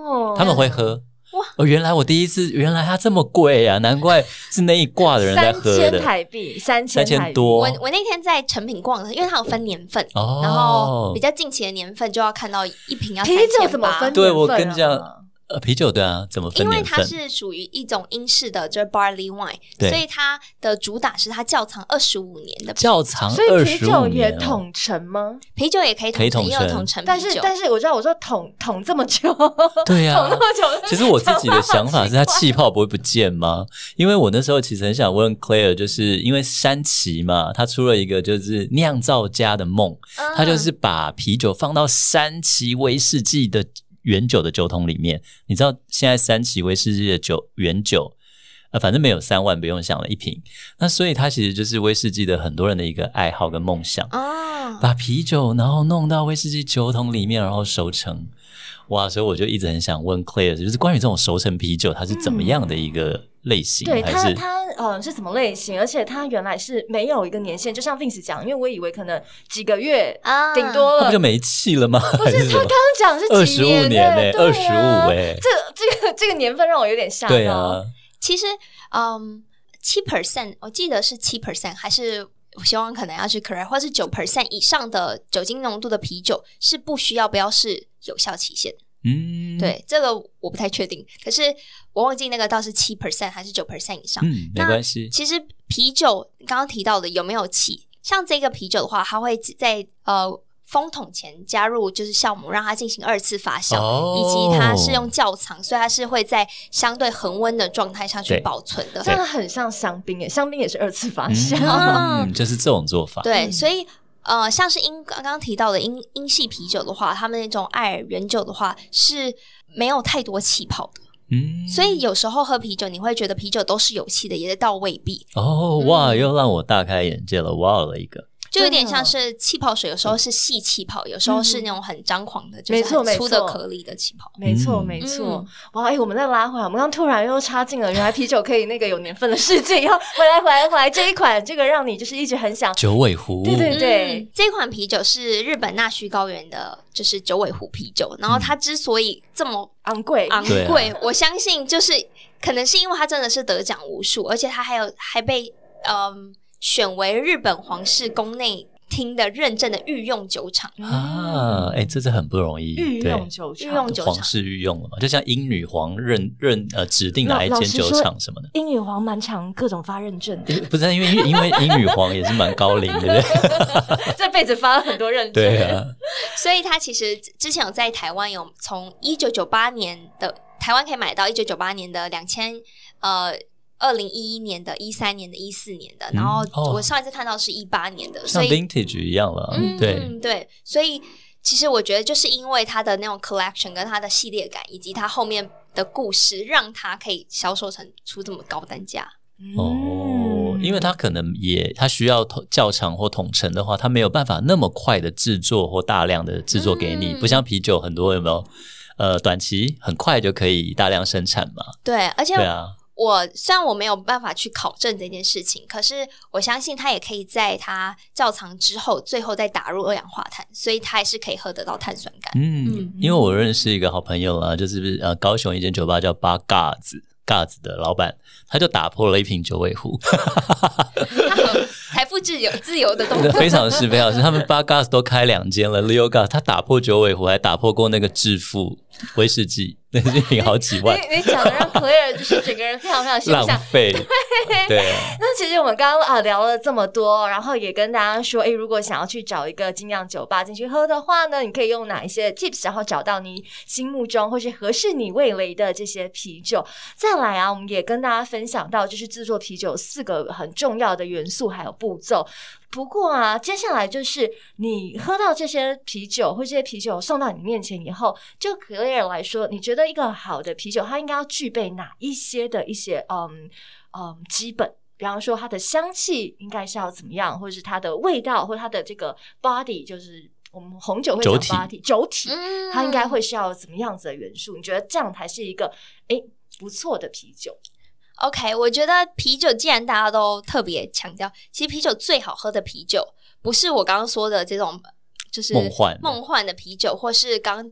A: 哦
B: 他们会喝。
C: 哇
B: 哦，原来我第一次，原来它这么贵啊，难怪是那一挂的人在
A: 三
B: 喝
A: 千
B: 的，
A: 台币，三千
B: 三
A: 台
B: 千
A: 币，
B: 多
C: 我我那天在成品逛的，因为它有分年份，
B: 哦。
C: 然后比较近期的年份就要看到一瓶要
A: 啤酒怎么分？
C: 3800？
B: 对
A: 年份
B: 我
A: 啊
B: 跟你讲呃啤酒对啊，怎么分
C: 因为
B: 年
C: 它
B: 份？
C: 是属于一种英式的，就是 barley wine，
B: 对
C: 所以它的主打是它窖藏二十五年的
B: 窖藏
A: 所以
B: 二
A: 啤
B: 十
A: 酒
B: 五
A: 也
B: 年哦、
A: 统称吗？
C: 啤酒也可以
B: 可以
C: 成，
B: 统
C: 也有
B: 称
C: 统称
A: 但
C: 啤
A: 是
C: 酒。
A: 但是我知道，我说统统这么久，统
B: 对啊，
A: 那么久，
B: 其实我自己的想法是，它气泡不会不见吗？因为我那时候其实很想问 Claire，就是因为山崎嘛，他出了一个就是酿造家的梦，
C: 嗯
B: 他就是把啤酒放到山崎威士忌的原酒的酒桶里面。你知道现在山崎威士忌的酒原酒，呃，反正没有三万，不用想了，一瓶。那所以它其实就是威士忌的很多人的一个爱好跟梦想。
A: 嗯
C: 啊，
B: 把啤酒然后弄到威士忌酒桶里面，然后熟成。哇，所以我就一直很想问 Claire，就是关于这种熟成啤酒，它是怎么样的一个类型？
A: 嗯对
B: 还
A: 它，
B: 是
A: 它呃是什么类型？而且它原来是没有一个年限，就像 Vince 讲，因为我以为可能几个月，
C: 啊
A: 顶多了
B: 它不就。没气了吗？还
A: 是
B: 是什
A: 哦他
B: 么
A: 刚？讲是
B: 二
A: 几
B: 十五
A: 年
B: 年
A: 呢
B: 嘞，二十五
A: 对啊
B: 哎，
A: 这这个这个年份让我有点吓到。
B: 对啊，
C: 其实嗯，七 percent，我记得是七 percent 还是。我希望可能要去 correct，或是九 percent 以上的酒精浓度的啤酒是不需要标示有效期限的
B: 嗯，，
C: 对，这个我不太确定，可是我忘记那个倒是七 percent 还是九 percent 以上。
B: 嗯，没
C: 那
B: 关系，
C: 其实啤酒刚刚提到的有没有气？像这个啤酒的话，它会在呃封桶前加入就是酵母，让它进行二次发酵，以
B: 哦
C: 及它是用窖藏，所以它是会在相对恒温的状态下去
B: 对
C: 保存的。
A: 这样很像香槟诶，香槟也是二次发酵。
B: 嗯，就是这种做法，
A: 嗯
C: 对，所以呃，像是英刚刚提到的英英系啤酒的话，他们那种爱尔原酒的话是没有太多气泡的。
B: 嗯，
C: 所以有时候喝啤酒，你会觉得啤酒都是有气的，也倒未必，
B: 哦，哇，
A: 嗯
B: 又让我大开眼界了，哇哦了一个，
C: 就有
A: 真
C: 点
A: 的
C: 像是气泡水，有时候是细气泡，有时候是那种很张狂的，就
A: 没
C: 是
A: 错
C: 很粗的
A: 没错
C: 颗粒的气泡。
A: 没错，
B: 嗯
A: 没错。哇，哎、我们再拉回来，我们刚突然又插进了原来啤酒可以那个有年份的世界，然后回来，回来，回来，这一款这个让你就是一直很想。
B: 九尾狐，
A: 对对对
C: 嗯，这款啤酒是日本纳须高原的，就是九尾狐啤酒。然后
A: 嗯
C: 它之所以这么
A: 昂贵，
C: 昂
B: 对啊
C: 贵，我相信就是可能是因为它真的是得奖无数，而且它还有还被嗯、选为日本皇室宫内厅的认证的御用酒厂。
B: 啊，哎、这是很不容易，
A: 嗯御
B: 对
A: 用酒厂，
C: 御用酒厂
B: 皇室御用了嘛，就像英女皇认认呃指定哪一
A: 老
B: 间
A: 老实
B: 酒
A: 说
B: 厂什么的。
A: 英女皇蛮常各种发认证的，
B: 不是啊因为因为因为英女皇也是蛮高龄的， 对不对？
A: 这辈子发了很多认证。
B: 对啊，
C: 所以他其实之前有在台湾有从一九九八年的台湾可以买到一九九八年的两千呃。二零一一年的、一三年的、一四年的，然后
B: 哦
C: 我上一次看到是一八年的，所
B: 像
C: 以
B: vintage 一样了，
C: 嗯，
B: 对，
C: 对，所以其实我觉得就是因为它的那种 collection 跟它的系列感，以及它后面的故事，让它可以销售成出这么高单价。
A: 嗯
B: 哦，因为
A: 他
B: 它可能也它需要统较长或统称的话，它没有办法那么快的制作或大量的制作给你，
C: 嗯
B: 不像啤酒很多有没有？呃，短期很快就可以大量生产嘛，
C: 对，而且
B: 对啊，
C: 我虽然我没有办法去考证这件事情，可是我相信它也可以在它窖藏之后，最后再打入二氧化碳，所以它还是可以喝得到碳酸感。
B: 嗯
C: 嗯，
B: 因为我认识一个好朋友啊，就是呃高雄一间酒吧叫八嘎子。嘎子的老板，他就打破了一瓶九尾狐，
C: 它和 财富自由自由的 动作，
B: 非常是非常是，他们八嘎子都开两间了，Leo Gas 他打破九尾狐，还打破过那个致富威士忌， 那一瓶好 几万，
A: 你你讲的让 Claire 就是整个人非常非常形
B: 浪
A: 象。
B: 费，对啊，
A: 那其实我们刚刚啊聊了这么多，然后也跟大家说，哎诶，如果想要去找一个精酿酒吧进去喝的话呢，你可以用哪一些 tips，然后找到你心目中或是合适你味蕾的这些啤酒。再来啊，我们也跟大家分享到，就是制作啤酒四个很重要的元素还有步骤。不过啊，接下来就是你喝到这些啤酒或这些啤酒送到你面前以后，就 Clear 来说，你觉得一个好的啤酒它应该要具备哪一些的一些嗯嗯基本？比方说它的香气应该是要怎么样，或者是它的味道，或者它的这个 body，就是我们红酒会讲
B: 酒体
A: body 酒体，
C: 嗯
A: 它应该会是要怎么样子的元素？你觉得这样才是一个诶不错的啤酒？
C: OK，我觉得啤酒既然大家都特别强调，其实啤酒最好喝的啤酒，不是我刚刚说的这种，就是
B: 梦幻的
C: 梦幻的啤酒，或是刚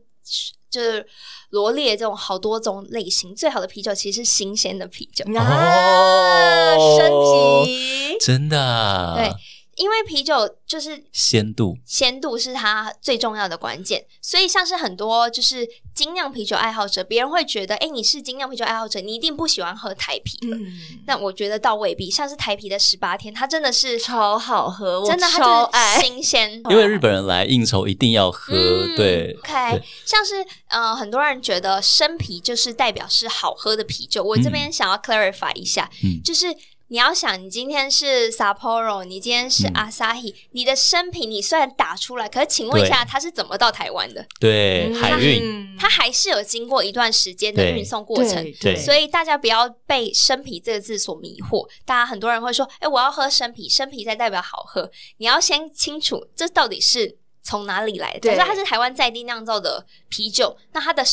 C: 就是罗列这种好多种类型，最好的啤酒其实是新鲜的啤酒，
A: 啊，
B: 哦
A: 升级。
B: 真的啊，
C: 对因为啤酒就是
B: 鲜度
C: 鲜度是它最重要的关键，所以像是很多就是精酿啤酒爱好者，别人会觉得，哎，你是精酿啤酒爱好者，你一定不喜欢喝台啤的。
A: 嗯，
C: 那我觉得倒未必，像是台啤的十八天，它真的是
A: 超好喝，我
C: 真的它
A: 超
C: 就是
A: 爱。
C: 新鲜，
B: 因为日本人来应酬一定要喝，
C: 嗯
B: 对，
C: OK，
B: 对
C: 像是呃，很多人觉得生啤就是代表是好喝的啤酒，我
B: 嗯
C: 这边想要 clarify 一下，
B: 嗯
C: 就是。你要想，你今天是 Sapporo，你今天是
B: 嗯
C: Asahi，、你的生啤你虽然打出来，可是请问一下，它是怎么到台湾的？
B: 对，
A: 嗯
B: 海运，
C: 它还是有经过一段时间的
B: 对
C: 运送过程
A: 对，
B: 对
C: 所以大家不要被“生啤”这个字所迷惑。大家很多人会说：“哎、我要喝生啤，生啤才代表好喝。”你要先清楚这到底是从哪里来的。
A: 对
C: 假设它是台湾在地酿造的啤酒，那它的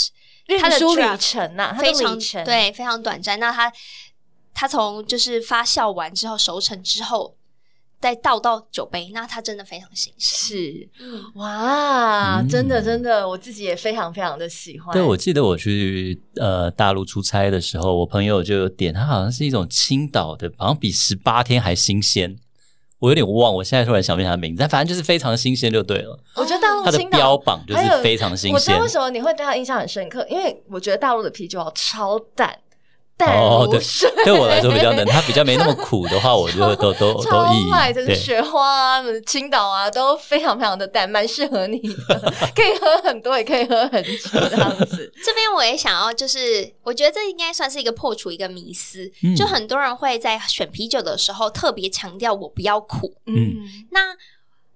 A: 运
C: 它的
A: 输旅
C: draft
A: 程啊呐、它的
C: 非常
A: 里程，
C: 对非常短暂。那它它从就是发酵完之后熟成之后，再倒到酒杯，那它真的非常新鲜。
A: 是
C: 嗯，
A: 哇，
B: 嗯
A: 真的真的，我自己也非常非常的喜欢。
B: 对，我记得我去呃大陆出差的时候，我朋友就有点，它好像是一种青岛的，好像比十八天还新鲜，我有点忘，我现在突然想不起来它的名字，但反正就是非常新鲜就对了，
A: 我觉得大
B: 它
A: 陆
B: 的
A: 哦青
B: 标
A: 岛，
B: 榜就
A: 还有
B: 是非常新
A: 我知
B: 鲜
A: 道为，什么你会对它印象很深刻，因为我觉得大陆的啤酒超淡，淡
B: 哦
A: 如水。
B: 对我来说比较能，它比较没那么苦的话，我就都都都
A: 超
B: 意
A: 卖
B: 义，
A: 的是
B: 对。
A: 雪花啊、青岛啊，都非常非常的淡，蛮适合你的，可以喝很多，也可以喝很久这样子。
C: 这边我也想要，就是我觉得这应该算是一个破除一个迷思，
B: 嗯
C: 就很多人会在选啤酒的时候特别强调我不要苦，
A: 嗯，
C: 那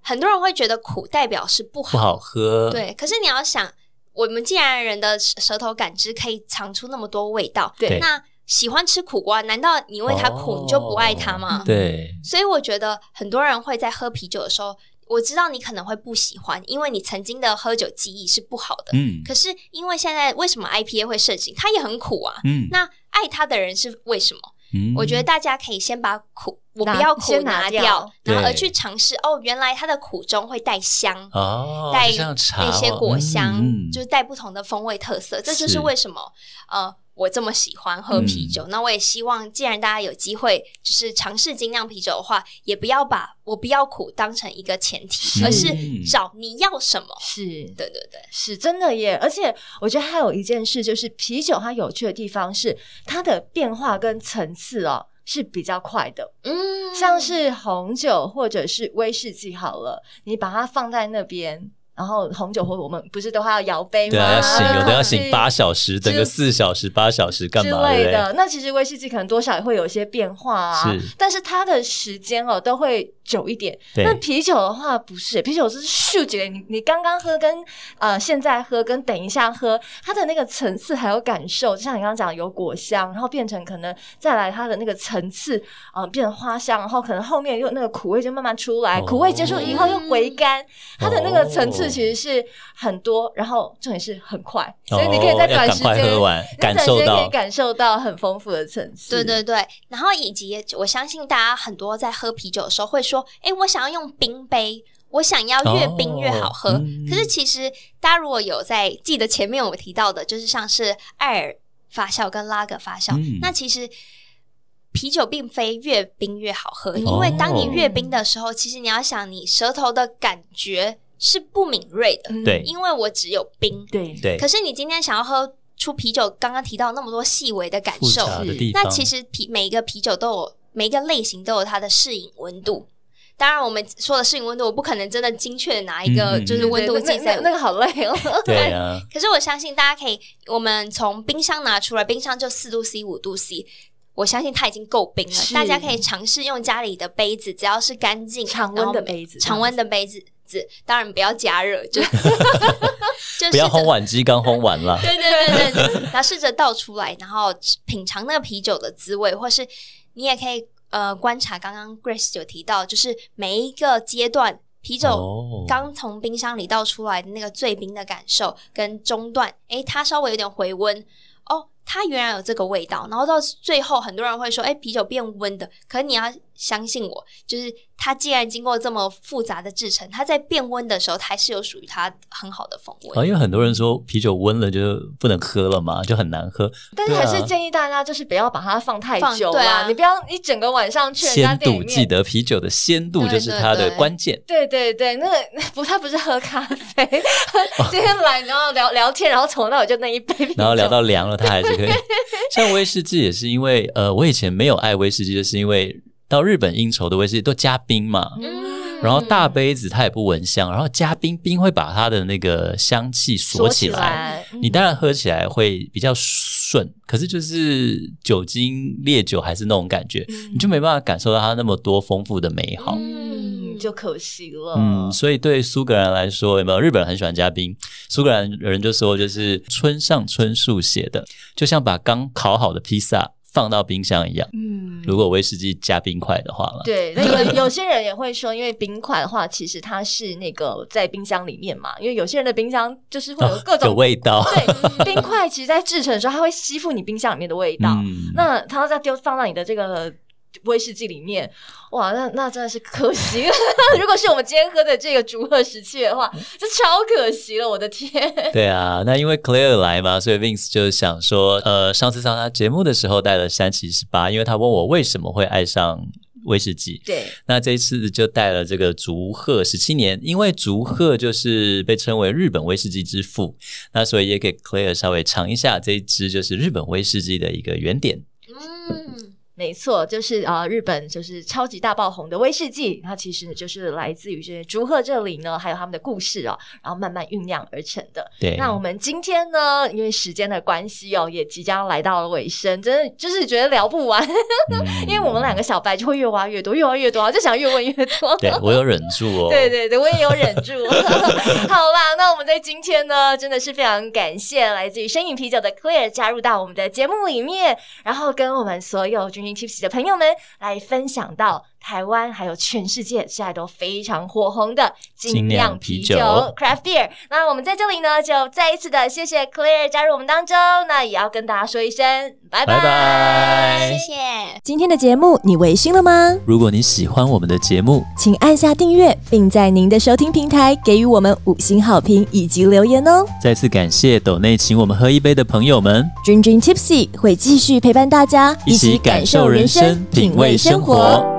C: 很多人会觉得苦代表是不好，
B: 不好喝，，
A: 嗯
C: 对。可是你要想，我们既然人的舌舌头感知可以尝出那么多味道，
A: 对
C: 那喜欢吃苦瓜，难道你为它苦
B: 哦
C: 你就不爱它吗？
B: 对，
C: 所以我觉得很多人会在喝啤酒的时候，我知道你可能会不喜欢，因为你曾经的喝酒记忆是不好的。
B: 嗯
C: 可是因为现在为什么 IPA 会盛行，它也很苦啊。
B: 嗯，
C: 那爱它的人是为什么？
B: 嗯
C: 我觉得大家可以先把苦，我
A: 拿
C: 不要苦
A: 先拿
C: 拿
A: 掉
C: 然后而
B: 对
C: 去尝试哦，原来它的苦中会带香，
B: 哦，
C: 带
B: 就像茶
C: 那些
B: 哦
C: 果香，
B: 嗯嗯
C: 就是带不同的风味特色。这就是是为什么呃，我这么喜欢
B: 嗯
C: 喝啤酒。那我也希望，既然大家有机会就是尝试精酿啤酒的话，也不要把我不要苦当成一个前提，
B: 嗯
C: 而是找你要什么。
A: 是
C: 对对对，
A: 是真的耶，而且我觉得还有一件事，就是啤酒它有趣的地方是它的变化跟层次哦是比较快的，
C: 嗯
A: 像是红酒或者是威士忌好了，你把它放在那边，然后红酒或我们不是都还要摇杯吗？
B: 对啊，要醒，有的要
A: 对
B: 醒八小时，等个
A: 之
B: 四小时、八小时干
A: 之
B: 嘛？对
A: 类
B: 不对？
A: 的。那其实威士忌可能多少也会有一些变化啊，
B: 是
A: 但是它的时间哦都会久一点。
B: 对
A: 那啤酒的话不是，啤酒就是嗅觉，你你刚刚喝跟呃现在喝跟等一下喝，它的那个层次还有感受，就像你刚刚讲有果香，然后变成可能再来它的那个层次，呃，变成花香，然后可能后面又那个苦味就慢慢出来，
B: 哦
A: 苦味结束以后又回甘，它的那个层次
B: 哦
A: 其实是很多，然后重点是很快，所以
B: 哦
A: 你可以在
B: 要
A: 短
B: 赶
A: 时
B: 快
A: 间
B: 喝完，
A: 你
B: 感
A: 短时
B: 受
A: 间可
B: 到
A: 以感受到很丰富的层次。
C: 对对对，然后以及我相信大家很多在喝啤酒的时候会说：“诶，我想要用冰杯，我想要越冰越好喝。
B: 哦嗯
C: 可是其实大家如果有在记得前面我提到的，就是像是艾尔发酵跟拉格发酵，
B: 嗯
C: 那其实。啤酒并非越冰越好喝，因
B: 哦
C: 为当你越冰的时候，其实你要想，你舌头的感觉是不敏锐的，
A: 嗯
B: 对
C: 因为我只有冰。
A: 对
B: 对
C: 可是你今天想要喝出啤酒刚刚提到那么多细微的感
B: 复
C: 受，
B: 杂的
A: 是
B: 地方。
C: 那其实啤每一个啤酒都有每一个类型都有它的适饮温度。当然，我们说的适饮温度，我不可能真的精确的拿一个
B: 嗯嗯嗯
C: 就是温度计
A: 那
C: 在
A: 那。那个好累 哦。
B: 对啊，
C: 可是我相信大家可以，我们从冰箱拿出来，冰箱就四度 C、五度 C，我相信它已经够冰了。
A: 是
C: 大家可以尝试用家里的杯子，只要是干净、
A: 常温的杯子嗯
C: 然后常温的杯子，子当然不要加热，就 就
B: 不要
C: 试着
B: 烘碗机刚烘完了。
C: 对对对对，对， 然后试着倒出来，然后品尝那个啤酒的滋味，或是你也可以呃观察刚刚 Grace 有提到，就是每一个阶段啤酒
B: 哦，
C: 刚从冰箱里倒出来的那个最冰的感受跟中段，诶，它稍微有点回温哦。它原来有这个味道，然后到最后，很多人会说：“诶，啤酒变温的。”可你要相信我，就是它既然经过这么复杂的制成，它在变温的时候，它还是有属于它很好的风味。
B: 哦，因为很多人说啤酒温了就不能喝了嘛，就很难喝。
A: 但是还是
B: 对啊
A: 建议大家就是不要把它放太
C: 放
A: 久
C: 对
A: 啦，
C: 啊
A: 你不要一整个晚上去人家
B: 鲜
A: 店里
B: 度，记
A: 面。
B: 得啤酒的鲜度就是它
C: 对对
B: 的
C: 对
B: 关键。
A: 对对对，那个不，他不是喝咖 啡，今天来然后聊聊天，然后从头到尾就那一杯啤酒，
B: 然后聊到凉了，它还是 可以。像威士忌也是因为，呃，我以前没有爱威士忌，就是因为到日本应酬的威士忌都加冰嘛，
A: 嗯
B: 然后大杯子它也不闻香，然后加冰，冰会把它的那个香气锁
A: 锁
B: 起来。
A: 来，嗯
B: 你当然喝起来会比较顺，可是就是酒精烈酒还是那种感觉，
A: 嗯
B: 你就没办法感受到它那么多丰富的美好。
A: 嗯就可惜了，
B: 嗯，所以对苏格兰来说，有没有日本人很喜欢加冰？苏格兰人就说，就是村上春树写的，就像把刚烤好的披萨放到冰箱一样。
A: 嗯
B: 如果威士忌加冰块的话了，
A: 对，那有有些人也会说，因为冰块的话，其实它是那个在冰箱里面嘛，因为有些人的冰箱就是会有
B: 哦，
A: 各种、
B: 有味道。
A: 对，冰块其实在制成的时候，它会吸附你冰箱里面的味道，
B: 嗯，
A: 那它再丢放到你的这个。威士忌里面，哇，那那真的是可惜。 如果是我们今天喝的这个竹鹤时期的话，就超可惜了，我的天！
B: 对啊，那因为 Claire 来嘛，所以 Vince 就想说，呃，上次上他节目的时候带了山崎十八，因为他问我为什么会爱上威士忌，
A: 对，
B: 那这一次就带了这个竹鹤十七年，因为竹鹤就是被称为日本威士忌之父，那所以也给 Claire 稍微尝一下这一支就是日本威士忌的一个原点。
C: 嗯，
A: 没错，就是啊、呃日本就是超级大爆红的威士忌，它其实就是来自于这些竹鹤这里呢，还有他们的故事哦，然后慢慢酝酿而成的。
B: 对，
A: 那我们今天呢，因为时间的关系哦，也即将来到了尾声，真的就是觉得聊不完，
B: 嗯
A: 因为我们两个小白就会越挖越多，越挖越多，就想越问越多。
B: 对我有忍住哦，
A: 对对对，我也有忍 住。 好啦，那我们在今天呢，真的是非常感谢来自于深饮啤酒的 Claire 加入到我们的节目里面，然后跟我们所有君君 Tips 的朋友们来分享到台湾还有全世界现在都非常火红的
B: 精酿
A: 酿
B: 啤
A: 酒
B: 酒
A: （craft beer）。那我们在这里呢，就再一次的谢谢 Claire 加入我们当中，那也要跟大家说一声拜
B: 拜拜
C: 谢谢。
D: 今天的节目你微醺了吗？
B: 如果你喜欢我们的节目，
D: 请按下订阅，并在您的收听平台给予我们五星好评以及留言哦。
B: 再次感谢斗内请我们喝一杯的朋友们，
D: 君君 Tipsy 会继续陪伴大家，
B: 一起感受人生，品味生活。